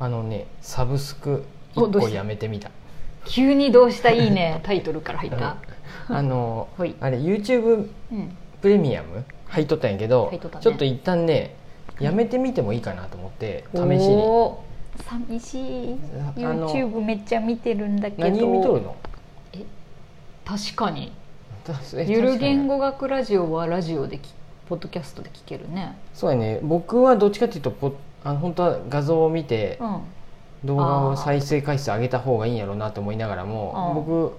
あのねサブスクおど1う個したやめてみた急にどうしたいいねタイトルから入っうんた、あの はいあれ YouTube うん、プレミアム入っとったんやけど、入っとったねちょっと一旦ねやめてみてもいいかなと思って試しにおー寂しいあの YouTube めっちゃ見てるんだけど何見とるの確かにだえ ゆる確かに言語学ラジオはラジオできポッドキャストで聞けるねそうやね僕はどっちかっていうとポあの本当は画像を見てうん動画を再生回数上げた方がいいんやろうなと思いながらもあー僕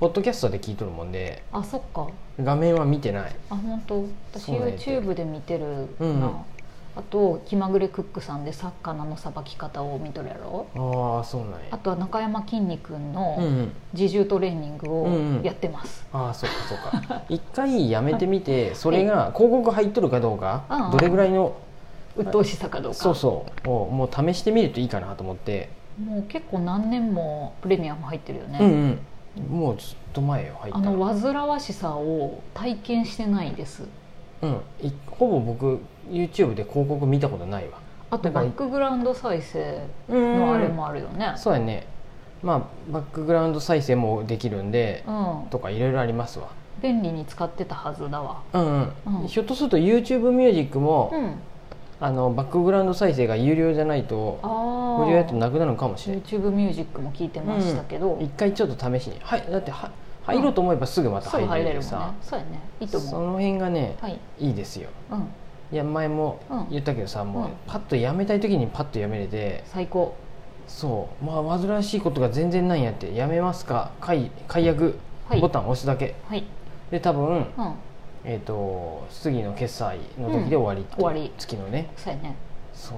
ポッドキャストで聞いとるもんであそっか画面は見てないあ本当私そうなんやて YouTube で見てるな、うんうんあと気まぐれクックさんでサッカーのさばき方を見とるやろああそうなんあやとは中山きんに君うんうのん自重トレーニングうんうをんやってます、ああそうかそうか 一回やめてみてそれが広告入っとるかどううんうかんどれぐらいの鬱陶しさかどうかそうそうをもう試してみるといいかなと思ってもう結構何年もプレミアム入ってるよね、うんうんもうずっと前よ入ったあの煩わしさを体験してないですうんいほぼ僕 YouTube で広告見たことないわあだとかバらックグラウンド再生うんのあれもあるよねそうやねまあバックグラウンド再生もできるんでうんとかいろいろありますわ便利に使ってたはずだわうんうん、うんひょっとすると YouTube ミュージックも、うんあのバックグラウンド再生が有料じゃないとああ無料やとなくなるのかもしれない YouTube ミュージックも聞いてましたけど、一回ちょっと試しにはいだっては入ろうと思えばすぐまたすぐ入入れれるるんもでんねさ、そうやねいいとそ思うの辺がねはいいいですようんいや前もうん言ったけどさ、もううんパッとやめたい時にパッとやめれて最高そうまあ煩わしいことが全然ないんやってやめますか解解約はいボタン押すだけ、はい、で多分、うん、えー、と次の決済の時で終わりって、うん終わり月のねそうやねそう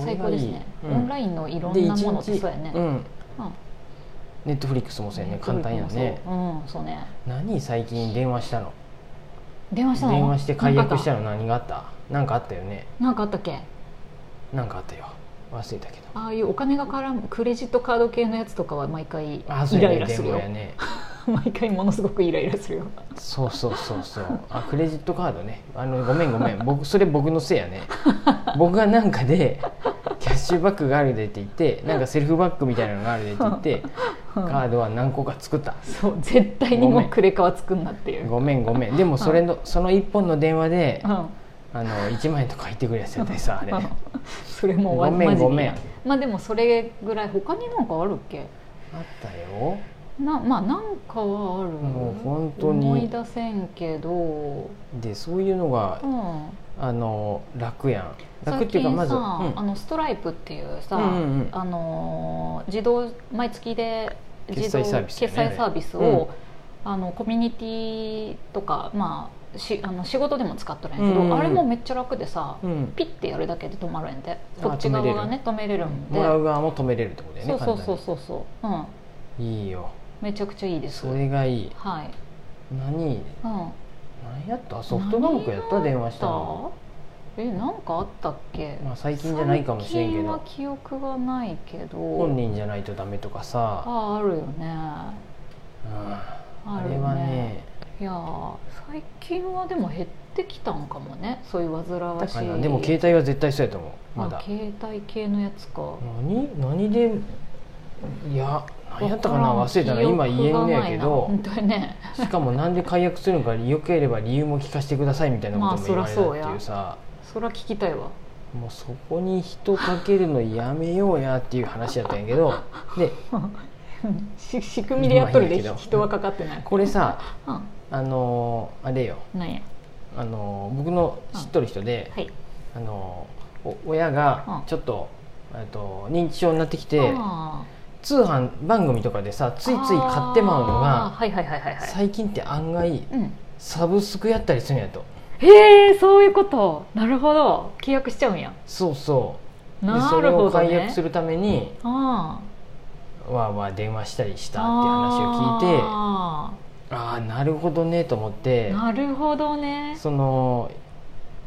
最高ですね、うんオンラインのいろんなものっで一て日そうやねう、んうんネットフリックスもそうやね簡単やねそううんそうね何最近電話したの電話したの電話して解約したのの何があった何かあったよねなんかあったっけ何かあったよ忘れたけどああいうお金が絡むクレジットカード系のやつとかは毎回イあそうライやねラす電る話よ、やね毎回ものすごくイライラするよそうそうそうそうあクレジットカードねあのごめんごめん僕それ僕のせいや ね僕がなんかでキャッシュバックがあるでって言ってなんかセルフバックみたいなのがあるでって言ってカードは何個か作ったそう絶対にごもうめんクレカは作んなっていうごめんごめんでもそれのその1本の電話でうあんの1万円とか入ってくるやつやったり さあれうんそれもうわごめんマジでごめんいらまあでもそれぐらい他になんかあるっけあったよなまあなんかはあるもう本当に思い出せんけど、でそういうのがうん、あの楽やん楽っ最てい近うさ、かまず、うんあのストライプっていうさ、うんうんうんあのー自動毎月で自動決済サービスだよね決済サービスを、あのコミュニティとか、まあ、しあの仕事でも使っとるんやけど、うんうんうんあれもめっちゃ楽でさ、うんピッてやるだけで止まるんやであこっち側がね止めれるんでもらう側も止めれるってことだよねそうそうそう簡そうそう、うん、単にいいよめちゃくちゃいいですそれがいいはい、何うん、何やったソフトバンクやった電話したの、えなんかあったっけ、まあ、最近じゃないかもしれんけ最ど近は記憶がないけど本人じゃないとダメとかさあああるよねうんああるれよはねねいやー最近はでも減ってきたんかもねそういう煩わだしからいでも携帯は絶対そうやと思うまあだ携帯系のやつか何何でいや何やったかなわ忘れらたんな今言えんねやけ記憶がないなど本当にね しかもなんで解約するのかよければ理由も聞かせてくださいみたいなことまもあ言われたそらっそうていやうさそれは聞きたい わもうそこに人かけるのやめようやっていう話やったんやけ どでし仕組みでやっとるまあでいいけど人はかかっ てない、これさうあのーあれよん、なんやあのー僕の知っとる人で、はいあのーお親うんがちょっと,、えっと認知症になってきてあー通販番組とかでさついつい買ってまうのあーがはいはいはいはいはい、最近って案外うん、サブスクやったりするんやとへえそういうことなるほど契約しちゃうんやそうそうでなそれるをほど解ね約するためにあわーわー電話したりしあたって話を聞いてあああなるほどねと思っーてなるほどねその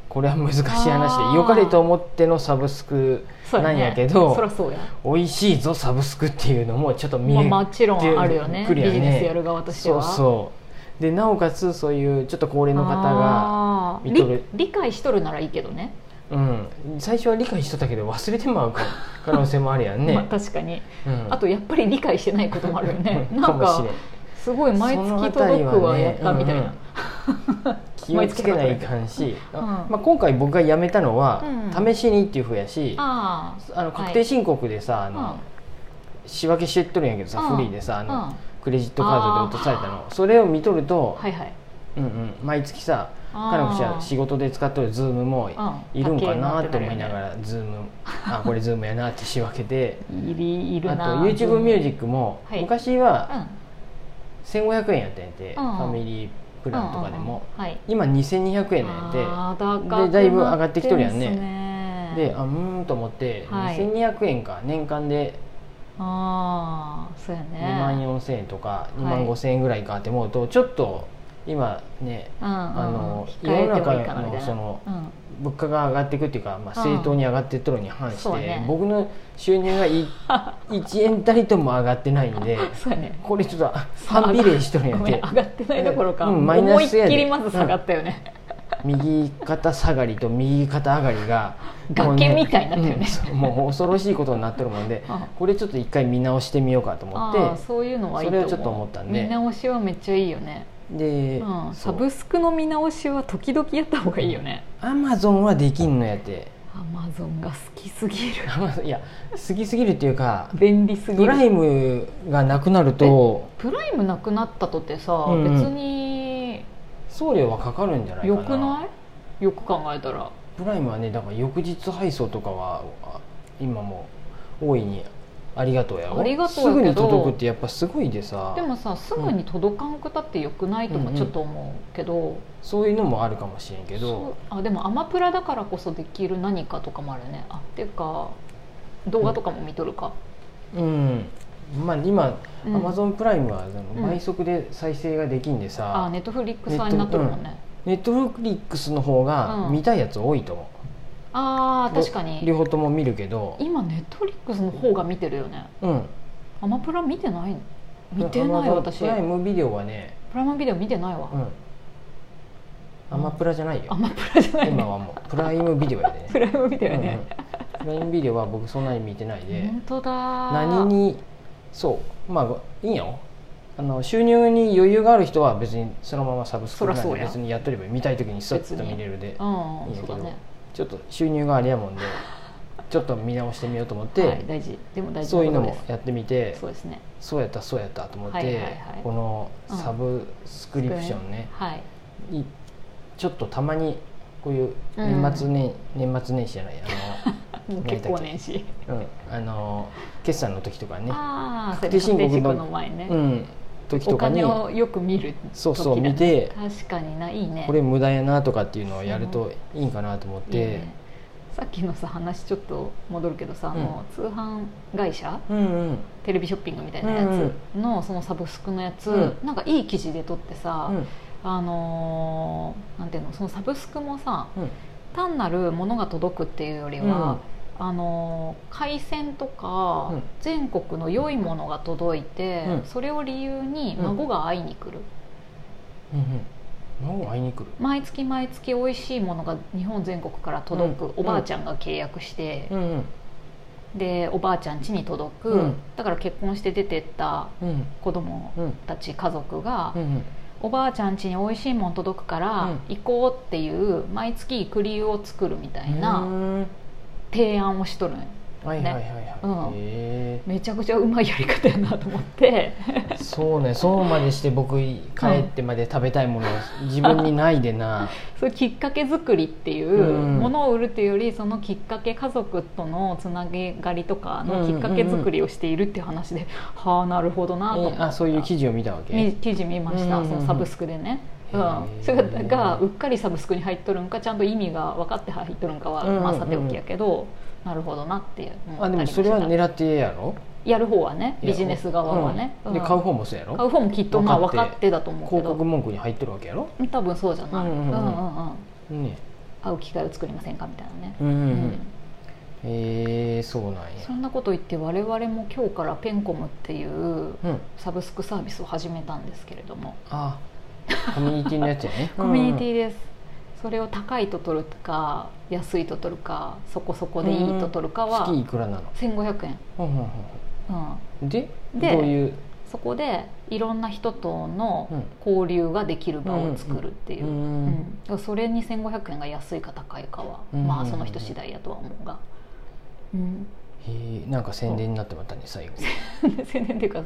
これは難しい話あでー良かれと思ってのサブスクそうなねんやけどそりゃそうや、美味しいぞサブスクっていうのもちょっと見まあ、えもちろんあるよねクリアねビジネスやる側としてそうはそうでなおかつそういうちょっと高齢の方が、あー見とる理理解しとるならいいけどねうん、最初は理解しとったけど忘れてまうから可能性もあるやんね、まあ、確かに、うんあとやっぱり理解してないこともあるよねなかんもしかれんすごい毎その月辺届りはねくはやったみたいな、気をつけないかんし、んあまあ、今回僕が辞めたのは、うん試しにっていうふうやしああの確定申告でさ、あのあ仕分けしてっとるんやけどさ、うんフリーでさあうん、うの、んクレジットカードで落とされたのそれを見とると、はいはいうんうん、毎月さあー彼女は仕事で使っとるズームもうんいるんかなって思いながらズームあこれズームやなって仕分けでいり いるあとな YouTube ミュージックもはい昔うはん1500円やったんやてフうんァミリープランとかでもうんうんうんはい今2200円なんやあーで高くなだいぶ上がってきとるやんねってすてであうーんと思ってはい2200円か年間でああそうや2ね万4000円とか2は万い5000円ぐらいかって思うとちょっと今ねうんうんうんあの控えてもいいかなみたいな世の中のうん物価が上がっていくっていうか、まあ、うん正当に上がっていっとるに反して、そうね僕の収入が い1円たりとも上がってないんでそうやねこれちょっとあ反比例しとるんやごっめんて上がってないどころか、うんマイナスや思いっできりまず下がったよね、右肩下がりと右肩上がりがもう崖みたいになってるねうんそうもう恐ろしいことになってるもんでうんこれちょっと一回見直してみようかと思あっあそういうのはいいそとれ思うはちょっと思ったんで見直しはめっちゃいいよね、てでうん、サブスクの見直しは時々やった方がいいよねアマゾンはできんのやってアマゾンが好きすぎる Amazon いや好きすぎるっていうか便利すぎるプライムがなくなるとプライムなくなったとってさ、うんうん別に送料はかかるんじゃないかよなくないよく考えたらプライムはねだから翌日配送とかはあ今も大いにありがとうやろありがとうすやけどぐに届くってやっぱすごいでさでもさすぐに届かんくたってよくないともちょっと思うけど、そういうのもあるかもしれんけそどうあでもアマプラだからこそできる何かとかもあるよねあっていうか動画とかも見とるか、うんまあ今アうんマゾンプライムはあのうん倍速で再生ができんであさ、ネットフリックスになっとるもんね、ネットフリックスの方がうん見たいやつ多いと思あう、ー確かに両方とも見るけど今ネットフリックスの方が見てるよねうんアマプラ見てないの見てない Amazon 私ププライラムビデオはねイムビデオ見てないわ、うんアマプラじゃないアよマプラじゃない今ねはもうプライムビデオやでねプライムビデオね、うんうん、ラインビデオは僕そんなに見てないで本当だ何にそうまあいいよあの収入に余裕がある人は別にそのままサブスクそらなんそうでや別にやっとれば見たい時にスッと見れるでうんいいやけそうだどねちょっと収入がありや もんでちょっと見直してみようと思って、はい、大事でも大事そういうのでもすやってみてそうですねそうやったそうやったと思って、はいはいはいこのサブスクリプションね、はいいちょっとたまにこういう年末年、年末年始じゃないあものう結構年始うん、あの決算の時とかね、ああ確定申告の確定の前ね、うん、時とおかに金こをよく見る時だねそうそう見て確かにないいねれ無駄やなとかっていうのをやるといいんかなと思っいいてねさっきのさ話ちょっと戻るけどさ、あの通販会社うんうんテレビショッピングみたいなやつの、そのサブスクのやつ、うんなんかいい記事で撮ってさ、うんあのーなんていうのそのサブスクもさうん単なるものが届くっていうよりは、あのー海鮮とか、うん全国の良いものが届いて、うんそれを理由にうん孫が会いに来る、うんうんもう会いに来る毎月毎月美味しいものが日本全国から届く、うんおばあちゃんが契約して、うんうんでおばあちゃん家に届く、うんだから結婚して出てったうん子供うんたち家族が、うんおばあちゃん家に美味しいもん届くから、うん行こうっていう毎月行く理由を作るみたいうなん提案をしとるんよはいはいはいはうい、んへめちゃくちゃうまいやり方やなと思ってえそうねそうまでして僕帰ってまで食べたい もの自分にないでなそういうきっかけ作りっていううんものを売るっていうよりそのきっかけ家族とのつながりとかのきっかけ作りをしているっていう話で、はあなるほどなと思っえたあそういう記事を見たわけみ記事見ました、うんうんうんそのサブスクでね、うへんー、それがうっかりサブスクに入っとるんかちゃんと意味が分かって入っとるんかは、うんうんうんまあ、さておきやけどなるほどなっていう思ったありでももしたそれは狙ってやろやる方はねビジネス側はね、うんうでん買う方もそうやろ買う方もきっとまあ分分かっかてってだと思うけ広告ど文句に入ってるわけやろ多分そうじゃない、うううんんうんんうんうんね会う機会を作りませんかみたいなね、うんうんううんへえそうなんやそんなこと言って我々も今日からペンコムっていううんサブスクサービスを始めたんですけれども、あコミュニティのやつやね コミュニティィです、それを高いと取るか安いと取るかそこそこでいいと取るかは月いくらなの1500円、ほんほんほんうん、ほんででどういうそこでいろんな人とのうん交流ができる場を作るっていうう、んうんだからそれに1500円が安いか高いかは、うんまあその人次第やとは思うが、うん、へえなんか宣伝になってまたね最後 宣伝っていうか,、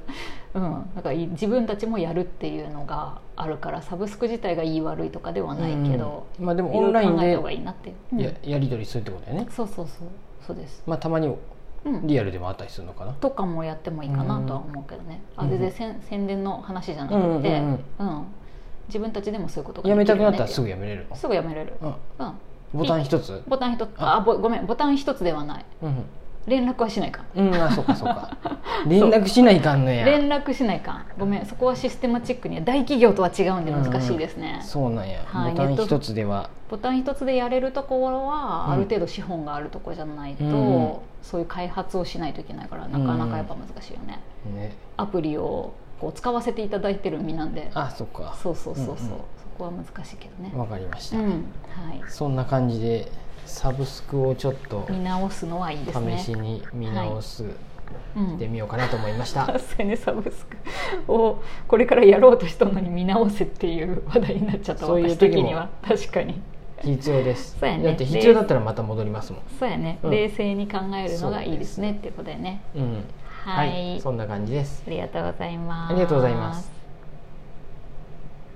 うん、なんかい自分たちもやるっていうのがあるからサブスク自体がいい悪いとかではないけど、うんまあでもいオンろいろライン考えでた方がいいなっていう、うんややり取りするってことだよねそうそうそうそうです、まあたまにうん、リアルでもあったりするのかなとかもやってもいいかなとは思うけどね、うあん全然せん宣伝の話じゃなくて、うんうんうんうん自分たちでもそういうことがやめたくなったらできするよねぐやめれるっていうすぐやめれる、のうん、うんボタン一つボタン一つああぼごめんボタン一つではないうん連絡はしないかんうんあそうかそう か連絡しないかんのや連絡しないかんごめんそこはシステマチックに大企業とは違うんで難しいですね、そうなんやはいボタンネット一つではボタン一つでやれるところは、うんある程度資本があるところじゃないと、うんそういう開発をしないといけないからなかなかやっぱ難しいよね、ねアプリをこう使わせていただいてる身なんであそうかそうそうそうそう、うんうんそこは難しいけどね、わかりましうたんはい、そんな感じでサブスクをちょっと見直すのはいいですね試しに見直すうんでみようかなと思いました、 SNS サブスクをこれからやろうとしたのに見直せっていう話題になっちゃったそういう私的時もには確かに必要ですそうやねだって必要だったらまた戻りますもんそうやね、うん冷静に考えるのがいいですねっていうことだよねうんはい、そんな感じですありがとうございますありがとうございます